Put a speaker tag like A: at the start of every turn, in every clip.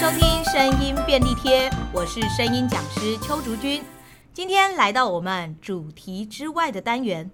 A: 声音便利贴，我是声音讲师邱竹君。今天来到我们主题之外的单元。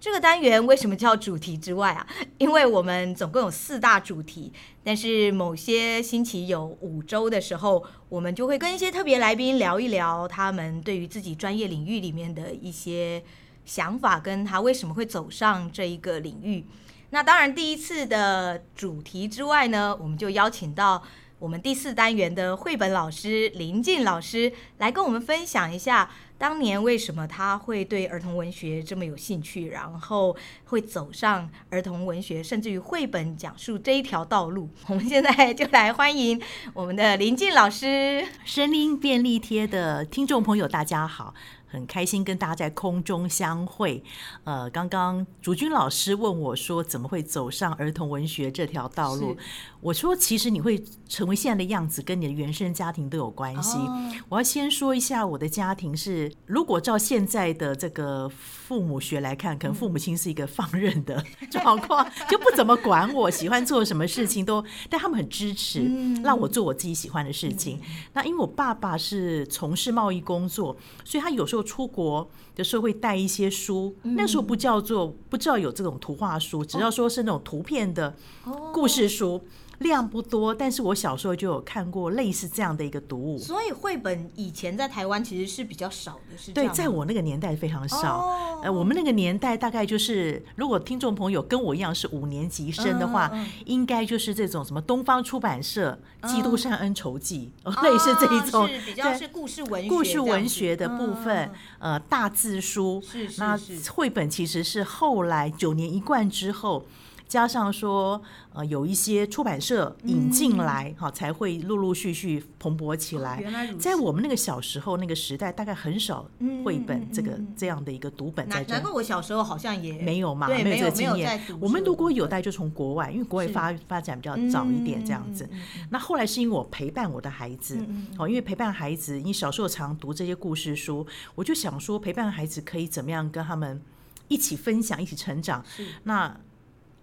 A: 这个单元为什么叫主题之外啊？ 因为我们总共有四大主题，但是某些星期有五周的时候，我们就会跟一些特别来宾聊一聊他们对于自己专业领域里面的一些想法，跟他为什么会走上这一个领域。那当然，第一次的主题之外呢，我们就邀请到我们第四单元的绘本老师林静老师来跟我们分享一下当年为什么他会对儿童文学这么有兴趣，然后会走上儿童文学甚至于绘本讲述这一条道路。 我们现在就来欢迎我们的林静老师。
B: 声音便利贴的听众朋友，大家好，很开心跟大家在空中相会。呃，刚刚竹君老师问我说，怎么会走上儿童文学这条道路？我说，其实你会成为现在的样子，跟你的原生家庭都有关系。
A: 哦
B: 我要先说一下我的家庭是，如果照现在的这个父母学来看，可能父母亲是一个放任的 状况，就不怎么管我，喜欢做什么事情都，但他们很支持，让我做我自己喜欢的事情。那因为我爸爸是从事贸易工作，所以他有时候出国的时候会带一些书，那时候不叫做不知道有这种图画书，只要说是那种图片的
A: 哦
B: 故事书。量不多，但是我小时候就有看过类似这样的一个读物。
A: 所以绘本以前在台湾其实是比较少的，是这
B: 对，
A: 样吗
B: 在我那个年代非常少。
A: 哦
B: 呃，我们那个年代大概就是，如果听众朋友跟我一样是五年级生的话，
A: 嗯嗯嗯
B: 应该就是这种什么东方出版社《基督山恩仇记》 类似这一种
A: 哦啊是比较
B: 对
A: 是故事文学
B: 故事文学
A: 这
B: 的
A: 样子嗯
B: 部分，呃，大字书，
A: 是是
B: 那
A: 是
B: 绘本其实是后来九年一贯之后。加上说，呃，有一些出版社引进来，哈、才会陆陆续续蓬勃起来。
A: 嗯哦原来如此嗯
B: 在我们那个小时候那个时代，大概很少绘本这个、这样的一个读本在
A: 难
B: 这
A: 难
B: 里。
A: 怪我小时候好像也
B: 没有嘛，
A: 对，
B: 没
A: 没
B: 有这个经
A: 没有在
B: 验
A: 读。
B: 我们
A: 书
B: 如果有，大概就从国外，因为国外发发展比较早一点这样子
A: 嗯嗯嗯。
B: 那后来是因为我陪伴我的孩子
A: 嗯嗯，
B: 哦，因为陪伴孩子，你小时候常读这些故事书，我就想说陪伴孩子可以怎么样跟他们一起分享、一起成长。
A: 嗯是
B: 那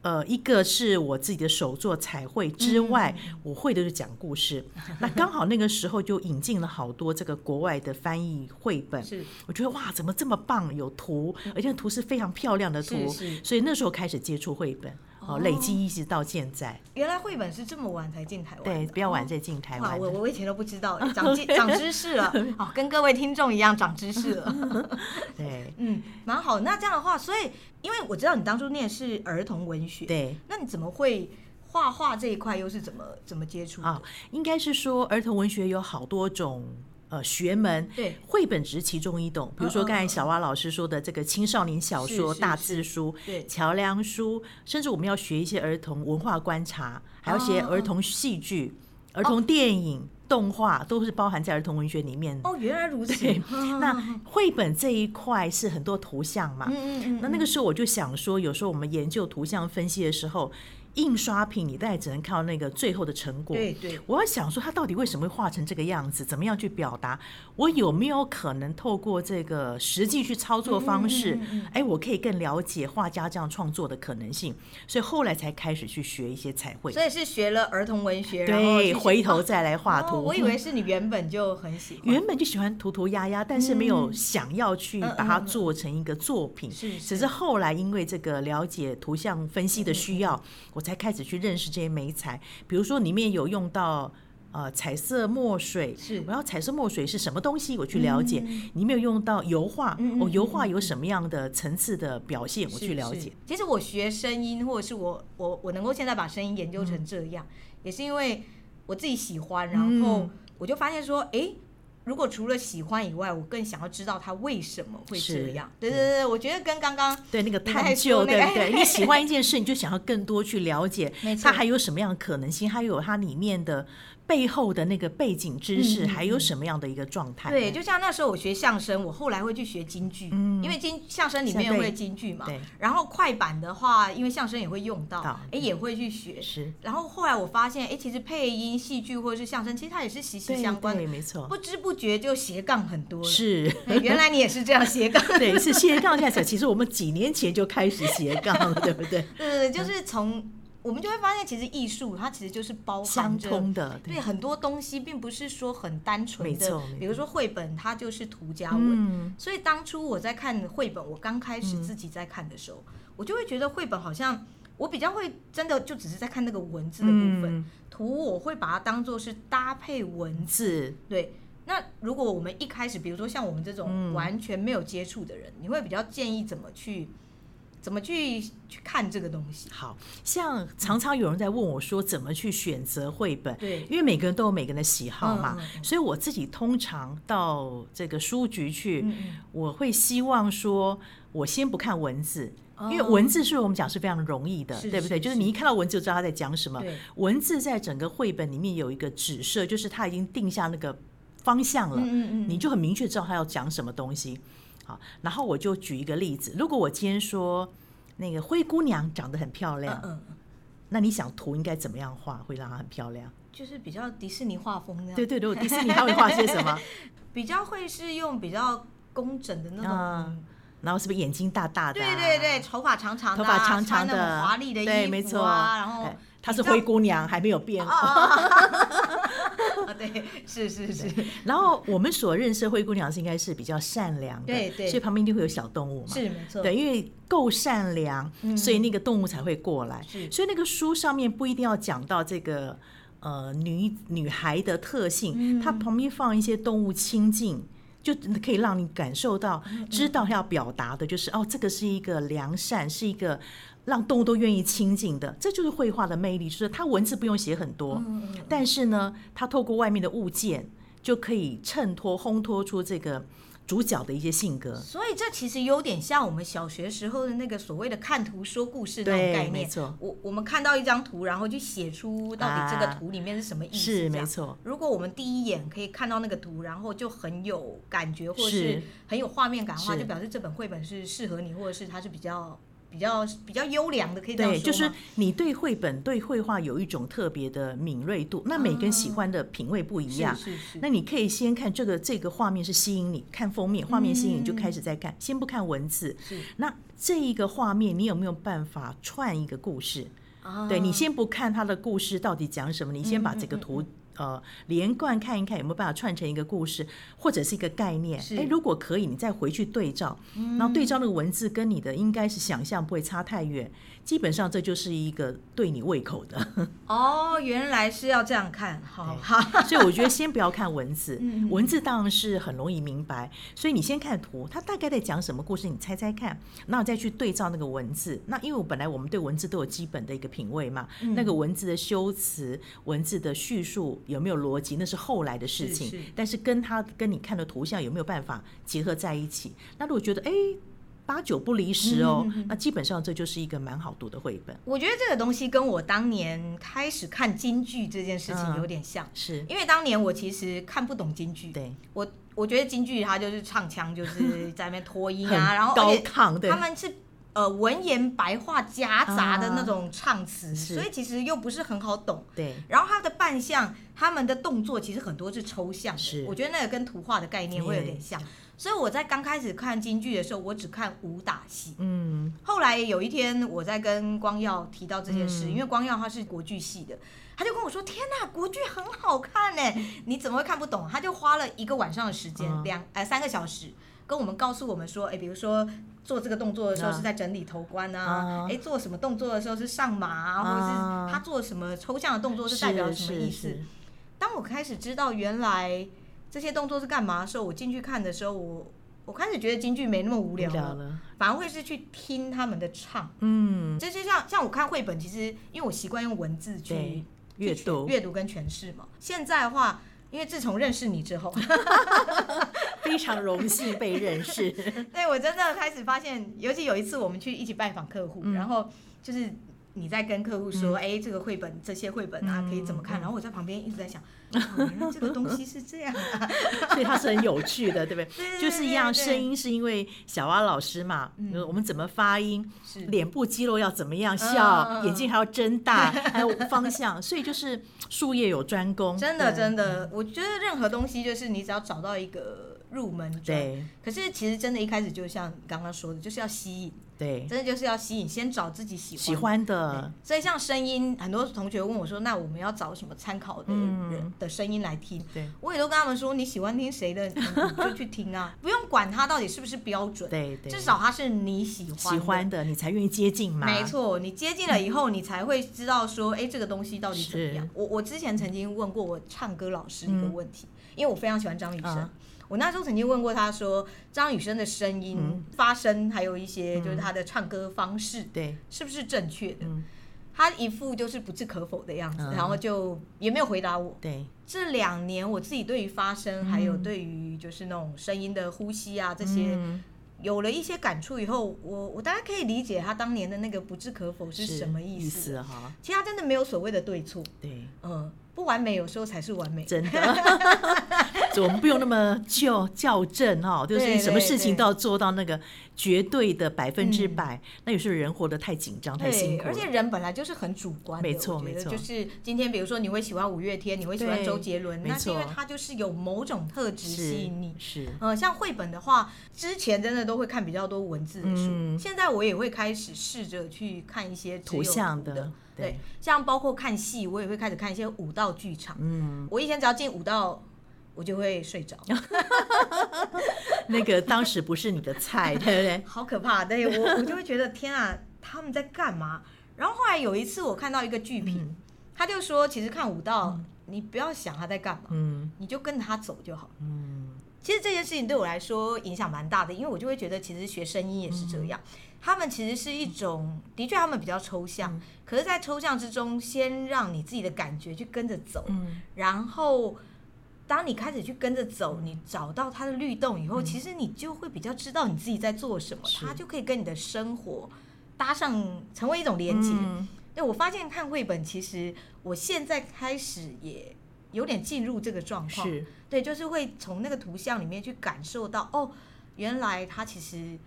B: 呃，一个是我自己的手作彩绘之外，
A: 嗯
B: 我会的就是讲故事。那刚好那个时候就引进了好多这个国外的翻译绘本，
A: 是
B: 我觉得哇，怎么这么棒？有图，而且图是非常漂亮的图，
A: 是是
B: 所以那时候开始接触绘本，哦，累积一直到现在。
A: 原来绘本是这么晚才进台湾的，
B: 对，不要晚再进台
A: 哦哇，
B: 湾
A: 我
B: 了。
A: 我以前都不知 道，长知长知识了，哦，跟各位听众一样长知识了，
B: 对
A: 嗯，蛮好。那这样的话，所以因为我知道你当初念是儿童文学，，
B: 对
A: 那你怎么会画画这一块又是怎么怎么接触的
B: 啊？，应该是说儿童文学有好多种。呃，学门
A: 嗯对
B: 绘本只是其中一种，比如说
A: 嗯嗯
B: 刚才小蛙老师说的这个青少年小
A: 是
B: 说、
A: 是
B: 大
A: 是
B: 字书、
A: 对
B: 桥梁书，甚至我们要学一些儿童文化观察，还要写
A: 哦
B: 儿童戏剧、儿童电影、动画，都是包含在儿童文学里面的。
A: 哦，原来如此，
B: 对
A: 那
B: 那绘本这一块是很多图像嘛，
A: 嗯嗯嗯
B: 那那个时候我就想说，有时候我们研究图像分析的时候，印刷品你大概只能看到那个最后的成果。
A: 对对
B: 我要想说，它到底为什么会画成这个样子？怎么样去表达？我有没有可能透过这个实际去操作方式
A: 嗯嗯嗯嗯，
B: 哎、我可以更了解画家这样创作的可能性？所以后来才开始去学一些彩绘，
A: 所以是学了儿童文学，然后
B: 对，
A: 就
B: 回头
A: 哦
B: 再来画图。
A: 哦我以为是你原本就很喜欢，
B: 原本就喜欢涂涂鸦鸦，但是没有想要去
A: 嗯嗯
B: 把它
A: 嗯嗯
B: 做成一个作品，
A: 是是
B: 只是后来因为这个了解图像分析的
A: 嗯
B: 需要，我才开始去认识这些美彩，比如说里面有用到。呃，彩色墨水
A: 是嗯
B: 我要彩色墨水是什么东西？我去了解。里面有用到油画，哦，油画有什么样的层次的表现？我
A: 是
B: 去了。
A: 是
B: 解。
A: 其实我学声音，或者是我我我能够现在把声音研究成这样，也是因为我自己喜欢，然后
B: 嗯
A: 我就发现说，诶，如果除了喜欢以外，我更想要知道它为什么会这
B: 是
A: 样。对对对，我觉得跟刚刚
B: 对那个
A: 你刚才
B: 探究，
A: 说那
B: 对
A: 个
B: 不对？ 你喜欢一件事，你就想要更多去了解
A: 没错
B: 它还有什么样的可能性，还有它里面的背后的那个背景知识，
A: 嗯嗯
B: 还有什么样的一个状态？
A: 对，就像那时候我学相声，我后来会去学京剧，因为京相声里面
B: 像对
A: 会京剧嘛
B: 对。
A: 然后快板的话，因为相声也会用到，
B: 到
A: 哎、也会去学。
B: 是，
A: 然后后来我发现，哎、其实配音、戏剧或者是相声，其实它也是息息相关
B: 对，
A: 的，
B: 没错，
A: 不知不觉就斜杠很多了。
B: 是。
A: 哎原来你也是这样斜杠。
B: 对，是斜杠下手。其实我们几年前就开始斜杠了，对不对？
A: 呃对对对，就是从我们就会发现，其实艺术它其实就是包含
B: 相
A: 着
B: 通的，
A: 对很多东西，并不是说很单纯
B: 没
A: 的
B: 错没，
A: 比如说绘本，它就是图加文。
B: 嗯，
A: 所以当初我在看绘本，我刚开始
B: 嗯
A: 自己在看的时候，我就会觉得绘本好像我比较会真的就只是在看那个文字的部分，
B: 嗯
A: 图我会把它当做是搭配文字。
B: 是
A: 对，那如果我们一开始，比如说像我们这种
B: 嗯
A: 完全没有接触的人，你会比较建议怎么去怎么去去看这个东西？
B: 好像常常有人在问我说怎么去选择绘本，
A: 对，
B: 因为每个人都有每个人的喜好嘛，
A: 嗯嗯嗯
B: 所以我自己通常到这个书局去，
A: 嗯嗯
B: 我会希望说，我先不看文字，
A: 哦
B: 因为文字是我们讲是非常容易的，
A: 是
B: 对不对？
A: 是
B: 就是你一看到文字就知道他在讲什么
A: 对。
B: 文字在整个绘本里面有一个指涉，就是他已经定下那个方向了，
A: 嗯嗯嗯，
B: 你就很明确知道他要讲什么东西。好，然后我就举一个例子，如果我今天说那个灰姑娘长得很漂亮
A: 嗯，嗯，嗯
B: 那你想图应该怎么样画会让她很 漂亮？
A: 就是比较迪士尼画风那样，
B: 对对对，我迪士尼他会画些什么？
A: 比较会是用比较工整的那种。
B: 啊然后是不是眼睛大大的、啊
A: 对对对，，头发长长的
B: 头
A: 啊、
B: 发长
A: 穿
B: 长
A: 那
B: 的，
A: 种华丽的衣服啊，
B: 对，没错。
A: 然后哦
B: 哎她是灰姑娘，还没有变。
A: 啊，对，是是是，
B: 然后我们所认识的灰姑娘是应该是比较善良的，
A: 对对
B: 所以旁边一定会有小动物嘛。
A: 是没错，
B: 对，因为够善良，
A: 嗯
B: 所以那个动物才会过来。
A: 是
B: 所以那个书上面不一定要讲到这个呃女女孩的特性，
A: 嗯
B: 它旁边放一些动物亲近。就可以让你感受到，
A: 嗯
B: 知道要表达的就是哦，这个是一个良善，是一个让动物都愿意亲近的，这就是绘画的魅力。就是它文字不用写很多，
A: 嗯，嗯嗯
B: 但是呢，它透过外面的物件就可以衬托、烘托出这个主角的一些性格。
A: 所以这其实有点像我们小学时候的那个所谓的看图说故事那种
B: 对
A: 概念。
B: 没错啊
A: 我我们看到一张图，然后就写出到底这个图里面是什么意思。
B: 是
A: 这样
B: 没错。
A: 如果我们第一眼可以看到那个图，然后就很有感觉，或者是
B: 是
A: 很有画面感的话，
B: 是
A: 就表示这本绘本是适合你，或者是它是比较比较比较优良的，可以这样说
B: 对，
A: 吗
B: 就是你对绘本、对绘画有一种特别的敏锐度，那每个人喜欢的品味不一样。
A: 啊是是是。
B: 那你可以先看这个这个画面是吸引你，看封面，画面吸引你就开始
A: 嗯
B: 在看，先不看文字。
A: 是
B: 那这一个画面，你有没有办法串一个故事？
A: 啊
B: 对你先不看它的故事到底讲什么，你先把这个图、
A: 嗯
B: 呃连贯看一看，有没有办法串成一个故事或者是一个概念？
A: 是嗯
B: 诶如果可以，你再回去对照，然后对照那个文字跟你的应该是想象不会差太远，基本上这就是一个对你胃口的。
A: 哦，原来是要这样看，好好，
B: 所以我觉得先不要看文字
A: 嗯嗯，
B: 文字当然是很容易明白，所以你先看图，它大概在讲什么故事，你猜猜看，然后再去对照那个文字。那因为我本来我们对文字都有基本的一个品味嘛，
A: 嗯
B: 那个文字的修辞、文字的叙述有没有逻辑，那是后来的事情，
A: 是是
B: 但是跟它跟你看的图像有没有办法结合在一起？那如果觉得哎。诶八九不离十
A: 嗯
B: 哦，那基本上这就是一个蛮好读的绘本，
A: 我觉得这个东西跟我当年开始看京剧这件事情
B: 嗯
A: 有点像，
B: 是
A: 因为当年我其实看不懂京剧，
B: 对，
A: 我我觉得京剧它就是唱腔，就是在那边拖音
B: 很
A: 啊，然后
B: 高
A: 而且
B: 亢，对
A: 他，们是呃文言白话夹杂的那种唱词，
B: 是
A: 所以其实又不是很好懂。
B: 对，
A: 然后他的扮相，他们的动作其实很多是抽象的，
B: 是
A: 我觉得那个跟图画的概念会有点
B: 嗯
A: 像。所以我在刚开始看京剧的时候，我只看武打戏。
B: 嗯，
A: 后来有一天，我在跟光耀提到这件
B: 嗯
A: 事，因为光耀他是国剧系的，他就跟我说：“天呐，国剧很好看呢，欸 你怎么会看不懂？”他就花了一个晚上的时间，
B: 嗯
A: 两呃三个小时，跟我们告诉我们说：“哎，比如说做这个动作的时候
B: 啊
A: 是在整理头冠啊
B: 啊，
A: 哎，做什么动作的时候是上马啊，或者
B: 啊
A: 是他做什么抽象的动作是代表什么意
B: 是
A: 思
B: 是？”
A: 当我开始知道原来这些动作是干嘛的时候，我进去看的时候，我我开始觉得京剧没那么无
B: 无
A: 聊了。
B: 聊了，
A: 反而会是去听他们的唱，
B: 嗯，
A: 这就像像我看绘本，其实因为我习惯用文字去
B: 对阅
A: 去
B: 读
A: 阅读跟诠释嘛。现在的话，因为自从认识你之 后，
B: 非常荣幸被 认识，
A: 对我真的开始发现，尤其有一次我们去一起拜访客户，然后就是你在跟客户说，哎、这个绘本这些绘本啊可以怎么看，然后我在旁边一直在想，哦，原来这个东西是这样啊，
B: 所以它是很有趣的，对不
A: 对对
B: 对？就是一样，
A: 对对
B: 声音是因为小蛙老师嘛，我们怎么发音，
A: 是
B: 脸部肌肉要怎么样
A: 嗯嗯
B: 笑，
A: 嗯
B: 眼睛还要睁 大，还有方向，所以就是术业有专攻，
A: 真的
B: 对
A: 真的，我觉得任何东西就是你只要找到一个入门砖，
B: 对
A: 可是其实真的一开始就像你刚刚说的，就是要吸引。
B: 对，
A: 真的就是要吸引，先找自己喜欢
B: 喜欢的，
A: 所以像声音，很多同学问我说，那我们要找什么参考的人、
B: 嗯
A: 的声音来听？
B: 对
A: 我也都跟他们说，你喜欢听谁的，你你就去听 啊，不用管他到底是不是标准，
B: 对对，
A: 至少他是你喜欢
B: 喜
A: 的。
B: 欢的你才愿意接近嘛，
A: 没，错，你接近了以后，你才会知道说，哎、这个东西到底怎么样
B: 嗯是。
A: 我我之前曾经问过我唱歌老师一个问题，因为我非常喜欢张雨生。
B: 嗯
A: 我那时候曾经问过他说，张雨生的声音、
B: 嗯
A: 发声，还有一些就是他的唱歌方式，
B: 对，
A: 是不是正确的？
B: 嗯
A: 他一副就是不置可否的样子，
B: 嗯
A: 然后就也没有回答我。
B: 对，
A: 这两年我自己对于发声，还有对于就是那种声音的呼吸啊这些，
B: 嗯
A: 有了一些感触以后，我我大概可以理解他当年的那个不置可否是什么意
B: 意
A: 思。
B: 思哈？
A: 其实他真的没有所谓的对错，
B: 对，
A: 嗯，不完美有时候才是完美。
B: 真的， 所以我们不用那么较较 真哦，就
A: 对
B: 是什么
A: 对
B: 事情
A: 对嗯
B: 都要做到那个绝对的百分之百。那有时候人活得太紧张，太辛
A: 对，
B: 苦
A: 而
B: 了，
A: 且人本来就是很主观的，
B: 没错
A: 我觉得
B: 没错
A: 就是今天，比如说你会喜欢五月天，你会喜欢
B: 对
A: 周杰伦，
B: 没
A: 那是因为
B: 错
A: 他就是有某种特质
B: 是
A: 吸引你。
B: 是
A: 呃，像绘本的话，之前真的都会看比较多文字的书，
B: 嗯
A: 现在我也会开始试着去看一些只有
B: 图像
A: 的，
B: 的，
A: 对，，像包括看戏，我也会开始看一些武道剧场。嗯，我以前只要进武道，我就会睡着，
B: 那个当时不是你的 菜，对不对？
A: 好可怕。对我，我就会觉得天啊，他们在干嘛？然后后来有一次，我看到一个剧评，他就说，其实看武道，你不要想他在干嘛，
B: 嗯
A: 你就跟着他走就好了。
B: 嗯，
A: 其实这件事情对我来说影响蛮大的，因为我就会觉得其实学声音也是
B: 嗯
A: 这样，他们其实是一种，的确他们比较抽象，
B: 嗯
A: 可是，在抽象之中，先让你自己的感觉去跟着走，
B: 嗯
A: 然后。当你开始去跟着走，你找到它的律动以后，其实你就会比较知道你自己在做什么，
B: 嗯是
A: 它就可以跟你的生活搭上，成为一种连接。
B: 嗯
A: 对我发现看绘本，其实我现在开始也有点进入这个状况，
B: 是
A: 对，就是会从那个图像里面去感受到，哦，原来它其实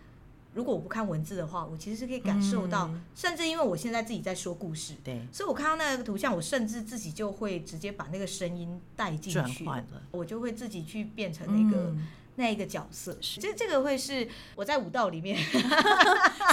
A: 如果我不看文字的话，我其实是可以感受到，
B: 嗯
A: 甚至因为我现在自己在说故事，
B: 对，
A: 所以我看到那个图像，我甚至自己就会直接把那个声音带进
B: 转
A: 去，
B: 换了
A: 我就会自己去变成那个、
B: 嗯
A: 那一个角色。这这个会是我在舞蹈里面，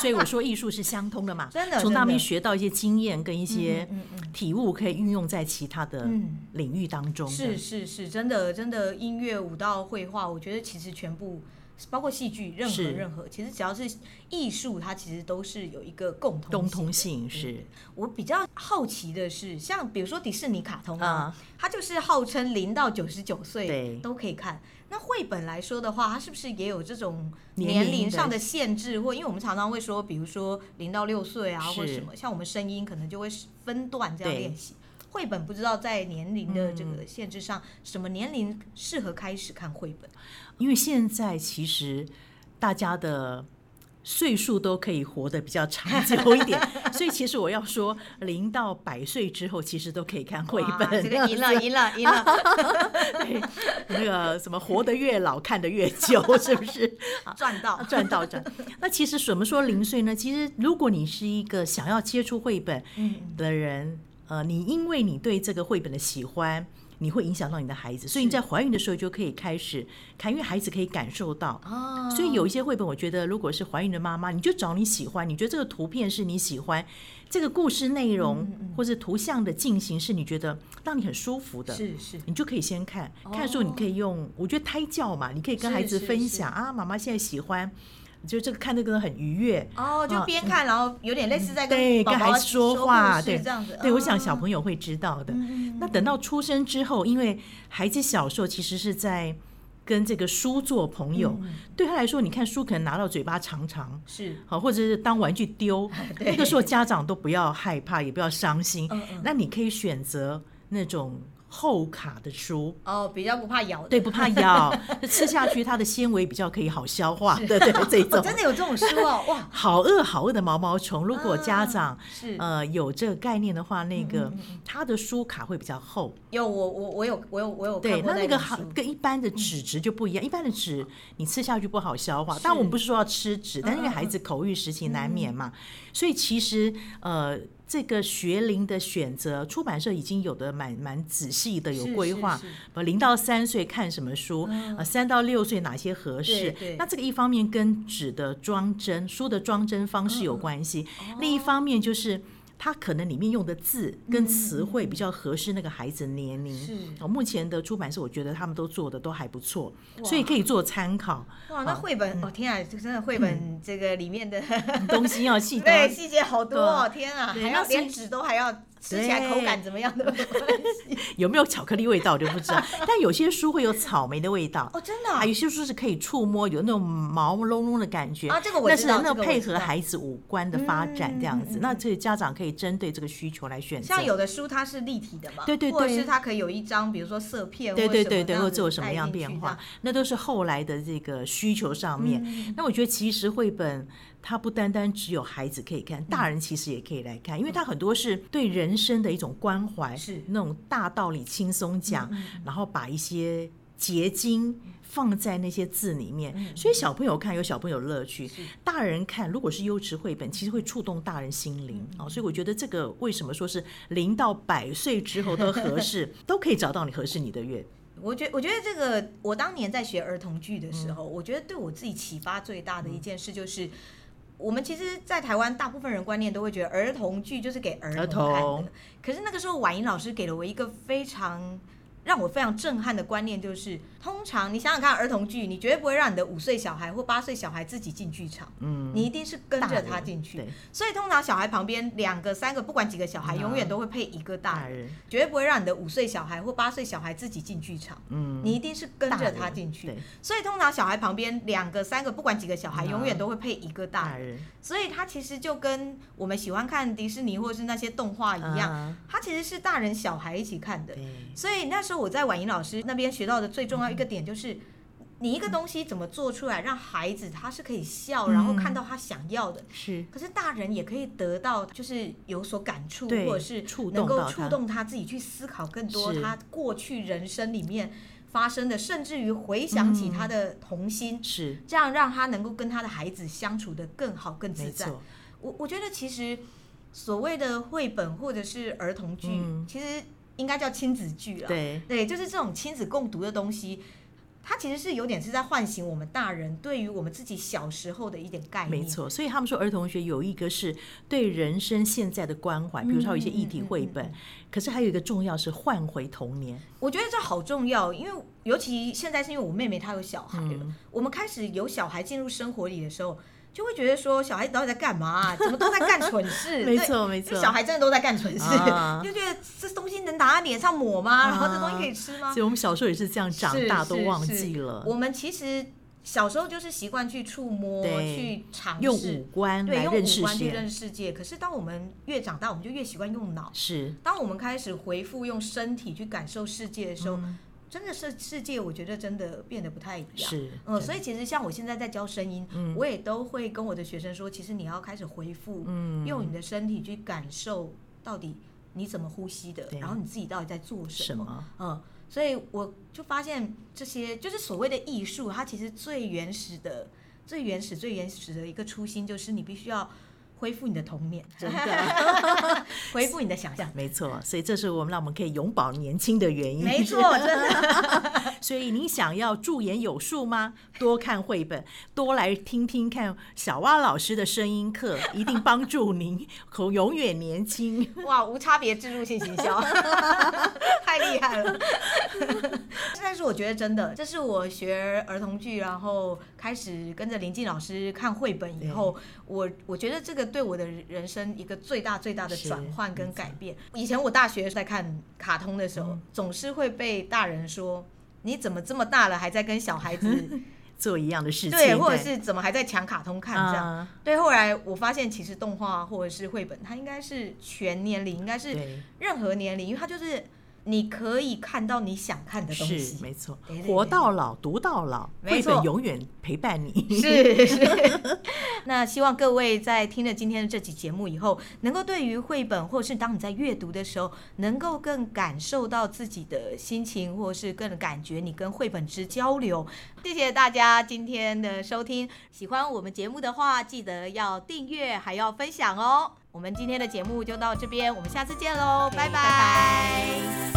B: 所以我说艺术是相通的嘛，
A: 真的
B: 从
A: 真
B: 那边
A: 的
B: 学到一些经验跟一些
A: 嗯嗯
B: 体悟，可以运用在其他的
A: 嗯
B: 领域当中的。
A: 是是是，真的真的，音乐、舞蹈、绘画，我觉得其实全部，包括戏剧，任何
B: 是
A: 任何，其实只要是艺术，它其实都是有一个共同
B: 共
A: 性
B: 通
A: 的。
B: 性是
A: 我比较好奇的是，像比如说迪士尼卡通啊
B: 啊，
A: 它就是号称零到九十九岁
B: 对
A: 都可以看。那绘本来说的话，它是不是也有这种
B: 年
A: 年
B: 龄
A: 龄
B: 的
A: 上的限制，或因为我们常常会说，比如说零到六岁啊，或
B: 是
A: 什么，像我们声音可能就会分段这样
B: 对
A: 练习。绘本不知道在年龄的这个限制上，
B: 嗯
A: 什么年龄适合开始看绘本？
B: 因为现在其实大家的岁数都可以活得比较长 久一点，所以其实我要说，零到百岁之后，其实都可以看绘
A: 哇
B: 本。
A: 啊这 个赢了，赢了，赢了，
B: 对那个什么，活得越老，看得越久，是 不是？
A: 赚到！
B: 赚到赚。那其实怎么说零碎呢？其实如果你是一个想要接触绘本
A: 嗯，
B: 的人，呃，你因为你对这个绘本的喜欢，你会影响到你的孩子，所以你在怀孕的时候就可以开始看，因为孩子可以感受到。
A: 哦，
B: 所以有一些绘本，我觉得如果是怀孕的妈妈，你就找你喜欢，你觉得这个图片是你喜欢，这个故事内
A: 嗯
B: 容或是图像的进行是你觉得让你很舒服的，
A: 是是，
B: 你就可以先看，看的时候你可以用，我觉得胎教嘛，你可以跟
A: 是
B: 孩子
A: 是
B: 分
A: 是
B: 享啊，妈妈现在喜欢，就这个看那个很愉悦。
A: 哦，就
B: 啊
A: 边看，然后有点类似在
B: 对，
A: 跟宝嗯
B: 跟
A: 宝
B: 孩子
A: 说
B: 话，
A: 故事
B: 对，
A: 这样子。嗯
B: 对，我想
A: 哦
B: 小朋友会知道的。那等到出生之后，因为孩子小时候其实是在跟这个书做朋友，
A: 嗯
B: 对他来说，你看书可能拿到嘴巴尝尝，
A: 是
B: 好，或者是当玩具 丢，那个时候家长都不要害怕，也不要伤心。
A: 嗯嗯
B: 那你可以选择那种厚卡的书，
A: 哦，比较不怕咬的。
B: 对，不怕 咬，吃下去它的纤维比较可以好消化，对对，这
A: 哦，
B: 种
A: 真的有这种书 哦，哇，
B: 好饿好饿的毛毛虫，如果家
A: 啊
B: 长、
A: 是嗯
B: 呃有这个概念的话，那个它的书卡会比较厚，
A: 有我我我有我有我有
B: 对，
A: 看过
B: 那那
A: 那
B: 个
A: 本
B: 好
A: 书嗯
B: 跟一般的纸质就不一样，一般的纸你吃下去不好消化，
A: 嗯
B: 但我们不是说要吃纸，但因为孩子口欲时期难免嘛，所以其实呃。这个学龄的选择，出版社已经有的蛮蛮仔细的有
A: 是
B: 规
A: 是
B: 划
A: 是，
B: 呃，零到三岁看什么书，呃，三到六岁哪些合适
A: 嗯对对？
B: 那这个一方面跟纸的装帧、书的装帧方式
A: 嗯
B: 有关系，
A: 哦
B: 另一方面就是。它可能里面用的字跟词汇比较合适那个孩子年龄。
A: 嗯是
B: 哦，目前的出版社我觉得他们都做的都还不错，所以可以做参考。
A: 哇，那
B: 啊
A: 绘本，哦天啊，这真的
B: 嗯
A: 绘本这个里面的
B: 东西要 细
A: 对
B: 到
A: 细节好多哦，天啊，
B: 嗯对
A: 还
B: 那
A: 要
B: 所以
A: 连纸都还要吃起来口感怎么样 的
B: 有没有巧克力味道我就不知道，但有些书会有草莓的味道。
A: 哦，真的啊
B: 啊，有些书是可以触摸，有那种毛茸茸的感觉
A: 啊这个我
B: 那
A: 知
B: 是
A: 道
B: 那
A: 这个我
B: 配
A: 知
B: 合
A: 道
B: 孩子五官的发展这样
A: 嗯
B: 子，
A: 嗯
B: 那所以家长可以针对这个需求来选择。
A: 像有的书它是立体的嘛，
B: 对对对
A: 或者是它可以有一张，比如说色片，
B: 对
A: 或者
B: 对
A: 什么
B: 对对，
A: 这
B: 或
A: 样
B: 者有
A: 子
B: 什么
A: 带
B: 样
A: 进
B: 变
A: 去嗯
B: 化，那都是后来的这个需求上面。那我觉得其实绘本它不单单只有孩子可以看，大人其实也可以来看，因为它很多是对人生的一种关怀，
A: 是嗯
B: 那种大道理轻松讲， 然后把一些结晶。放在那些字里面，
A: 嗯
B: 所以小朋友看有小朋友乐趣，大人看如果是优质绘本，其实会触动大人心灵
A: 嗯
B: 哦。所以我觉得这个为什么说是零到百岁之后都合适， 都可以找到你合适你的乐
A: 我觉我觉得这个，我当年在学儿童剧的
B: 嗯
A: 时候，我觉得对我自己启发最大的一件事就是，我们其实，在台湾大部分人观念都会觉得儿童剧就是给儿
B: 儿
A: 童看
B: 童
A: 的，可是那个时候婉莹老师给了我一个非常。让我非常震撼的观念就是，通常你想想看，儿童剧你绝对不会让你的五岁小孩或八岁小孩自己进剧场，嗯，你一定是跟
B: 大
A: 着
B: 人
A: 他进去
B: 对。
A: 所以通常小孩旁边两个、三个，不管几个小孩，
B: 嗯
A: 永远都会配一个大
B: 大
A: 人。
B: 人。
A: 绝对不会让你的五岁小孩或八岁小孩自己进剧场，嗯，你一定是跟着他进
B: 大
A: 去
B: 人对。
A: 所以通常小孩旁边两个、三个，不管几个小孩，
B: 嗯
A: 永远都会配一个大
B: 大
A: 人。
B: 人
A: 所以他其实就跟我们喜欢看迪士尼或是那些动画一样
B: 嗯，
A: 他其实是大人小孩一起看的
B: 对。
A: 所以那时候我在婉莹老师那边学到的最重要一个点
B: 嗯
A: 就是。你一个东西怎么做出来，让孩子他是可以笑，
B: 嗯
A: 然后看到他想要的，
B: 是
A: 可是大人也可以得到，就是有所感触，
B: 对
A: 或者是
B: 触动
A: 能够
B: 到
A: 触
B: 他
A: 动他自己去思考更多
B: 是
A: 他过去人生里面发生的，甚至于回想起他的童心，
B: 是
A: 这样让他能够跟他的孩子相处的更好、更自
B: 没
A: 在。啊
B: 错，
A: 我我觉得其实所谓的绘本或者是儿童剧，
B: 嗯
A: 其实应该叫亲子剧啦。
B: 对
A: 对，就是这种亲子共读的东西。它其实是有点是在唤醒我们大人对于我们自己小时候的一点概念，
B: 没错。所以他们说儿童学有一个是对人生现在的关怀，比如说有一些
A: 嗯
B: 议题绘本，可是还有一个重要是唤回童年，
A: 我觉得这好重要，因为尤其现在是因为我妹妹她有小孩了，
B: 嗯
A: 我们开始有小孩进入生活里的时候，就会觉得说小孩到底在干嘛啊、 怎么都在干蠢事？
B: 没
A: 对
B: 错没错
A: 因为小孩真的都在干蠢事，
B: 啊
A: 就觉得这东西能打在脸上抹吗？然后这东西可以吃吗
B: 所以？我们小时候也是这样长
A: 啊是
B: 大，都
A: 是
B: 忘
A: 是
B: 记了
A: 我们其实小时候就是习惯去触摸、
B: 对
A: 去尝
B: 用五
A: 试，
B: 官
A: 对，
B: 来
A: 用
B: 认
A: 五
B: 识
A: 官去
B: 些，
A: 认识世界。可是当我们越长大，我们就越习惯用脑。
B: 是
A: 当我们开始回复用身体去感受世界的时候，真的是世界，我觉得真的变得不太一样。
B: 嗯是嗯
A: 嗯，所以其实像我现在在教声音，我也都会跟我的学生说，其实你要开始回复，
B: 嗯
A: 用你的身体去感受到底你怎么呼吸的，
B: 对
A: 然后你自己到底在做什
B: 什
A: 么。
B: 么？
A: 嗯，所以我就发现这些就是所谓的艺术，它其实最原始的、最原始、最原始的一个初心，就是你必须要恢复你的童年，
B: 真的
A: 恢复你的想象。
B: 没错，所以这是我们让我们可以永葆年轻的原因。
A: 没错，真的。
B: 所以你想要驻颜有术吗？多看绘本，多来听听看小蛙老师的声音课，一定帮助您 口永远年轻。
A: 哇，无差别植入性行 销，太厉害了！ 但是我觉得真的，这是我学儿童剧，然后开始跟着林静老师看绘本以后，我我觉得这个对我的人生一个最大最大的
B: 是
A: 转换跟改变。以前我大学在看卡通的时候，总是会被大人说。你怎么这么大了还在跟小孩 子
B: 做一样的事情，
A: 对，或者是怎么还在抢卡通看这样？
B: 啊
A: 对，后来我发现其实动画或者是绘本，它应该是全年龄，应该是
B: 对，
A: 任何年龄，因为它就是你可以看到你想看的东
B: 是
A: 西。
B: 没错
A: 对对，对
B: 活到老，读到老，
A: 没
B: 绘
A: 错
B: 本永远陪伴你。
A: 是是， 那希望各位在听了今天的这期节目以后，能够对于绘本，或者是当你在阅读的时候，能够更感受到自己的心情，或者是更感觉你跟绘本之交流。谢谢大家今天的收听，喜欢我们节目的话，记得要订阅，还要分享哦。我们今天的节目就到这边，我们下次见喽，
B: OK，
A: 拜
B: 拜拜
A: 拜